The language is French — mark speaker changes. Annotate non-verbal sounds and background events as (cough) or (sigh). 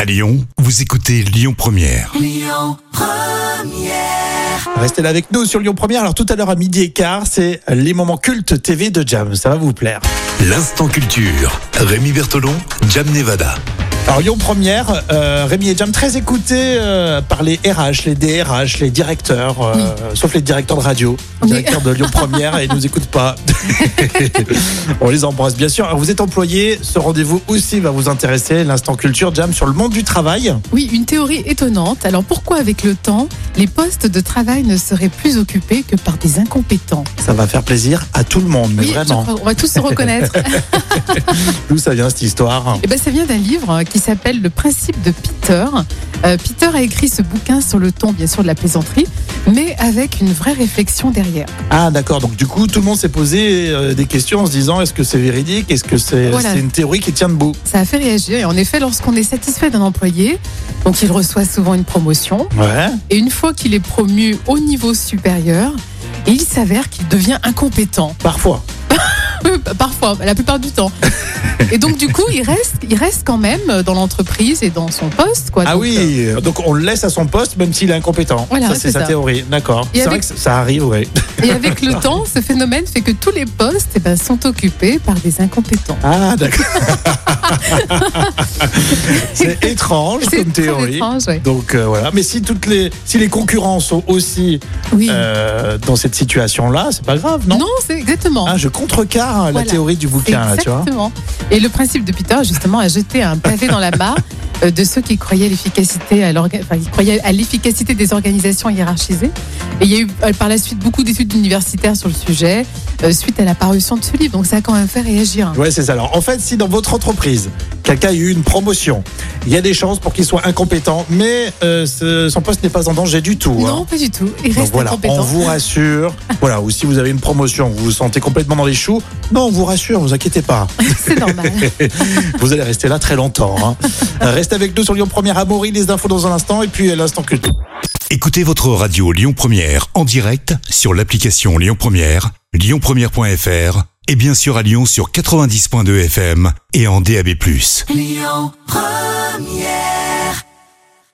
Speaker 1: À Lyon, vous écoutez Lyon Première.
Speaker 2: Restez là avec nous sur Lyon Première. Alors tout à l'heure à midi et quart, c'est les moments cultes TV de Jam. Ça va vous plaire.
Speaker 1: L'instant culture. Rémi Bertolon, Jam Nevada.
Speaker 2: Alors Lyon Première, euh, Rémi et Jam très écoutés euh, par les RH, les DRH, les directeurs, euh, sauf les directeurs de radio, les
Speaker 3: Oui.
Speaker 2: directeurs de Lyon Première, et ils nous écoutent
Speaker 3: (laughs)
Speaker 2: pas. On les embrasse bien sûr. Alors, vous êtes employé, ce rendez-vous aussi va vous intéresser. L'instant culture Jam sur le monde du travail.
Speaker 3: Oui, une théorie étonnante. Alors pourquoi avec le temps, les postes de travail ne seraient plus occupés que par des incompétents
Speaker 2: Ça va faire plaisir à tout le monde, mais
Speaker 3: Oui, je
Speaker 2: vraiment.
Speaker 3: crois qu'on va
Speaker 2: (laughs)
Speaker 3: tous se reconnaître.
Speaker 2: D'où ça vient cette histoire
Speaker 3: Eh ben, ça vient d'un livre hein, qui s'appelle Le principe de Peter. Euh, Peter a écrit ce bouquin sur le ton, bien sûr, de la plaisanterie, mais avec une vraie réflexion derrière.
Speaker 2: Ah d'accord, donc du coup tout le monde s'est posé euh, des questions en se disant est-ce que c'est véridique, est-ce que c'est
Speaker 3: Voilà.
Speaker 2: c'est une théorie qui tient debout
Speaker 3: Ça a fait réagir. Et en effet, lorsqu'on est satisfait d'un employé, donc il reçoit souvent une promotion,
Speaker 2: Ouais.
Speaker 3: et une fois qu'il est promu au niveau supérieur, il s'avère qu'il devient incompétent.
Speaker 2: Parfois.
Speaker 3: Oui, parfois, la plupart du temps. Et donc du coup, il reste, il reste quand même dans l'entreprise et dans son poste, quoi.
Speaker 2: Ah
Speaker 3: Donc, euh,
Speaker 2: oui, euh, donc on le laisse à son poste même s'il est incompétent.
Speaker 3: Voilà,
Speaker 2: ça
Speaker 3: c'est
Speaker 2: c'est sa
Speaker 3: ça.
Speaker 2: théorie, d'accord.
Speaker 3: Et
Speaker 2: C'est vrai
Speaker 3: avec-
Speaker 2: que ça- ça arrive,
Speaker 3: (laughs)
Speaker 2: ouais.
Speaker 3: euh, Et avec le temps, ce phénomène fait que tous les postes eh ben, sont occupés par des incompétents.
Speaker 2: Ah d'accord. (laughs) c'est étrange
Speaker 3: C'est
Speaker 2: comme
Speaker 3: très
Speaker 2: théorie.
Speaker 3: étrange, ouais.
Speaker 2: Donc euh, voilà, mais si toutes les si les concurrents sont aussi
Speaker 3: Oui.
Speaker 2: euh, dans cette situation là, c'est pas grave, non
Speaker 3: non, c'est exactement.
Speaker 2: Ah, je contrecarre hein, la
Speaker 3: Voilà.
Speaker 2: théorie du bouquin, là, tu vois.
Speaker 3: Exactement. Et le principe de Peter, justement, a jeté un pavé dans la
Speaker 2: (laughs)
Speaker 3: mare euh, de ceux qui croyaient l'efficacité à l'orga- enfin, qui croyaient à l'efficacité des organisations hiérarchisées. Et il y a eu euh, par la suite beaucoup d'études universitaires sur le sujet euh, suite à la parution de ce livre. Donc ça a quand même fait réagir. hein.
Speaker 2: Ouais, c'est ça. Alors, en fait, si dans votre entreprise, quelqu'un a eu une promotion, il y a des chances pour qu'il soit incompétent, mais euh, ce- son poste n'est pas en danger du tout. hein.
Speaker 3: Non, pas du tout. Il
Speaker 2: Donc
Speaker 3: reste
Speaker 2: voilà,
Speaker 3: incompétent.
Speaker 2: on vous rassure. voilà, ou si vous avez une promotion, vous vous sentez complètement dans les choux, non, on vous rassure, vous inquiétez
Speaker 3: (laughs)
Speaker 2: pas.
Speaker 3: (laughs) C'est
Speaker 2: (laughs)
Speaker 3: normal.
Speaker 2: vous allez rester là très longtemps. hein. Restez avec nous sur Lyon Première Amaury, les infos dans un instant, et puis euh, l'instant culte.
Speaker 1: Écoutez votre radio Lyon Première en direct sur l'application Lyon Première, lyonpremière.fr et bien sûr à Lyon sur 90.2 FM et en DAB+.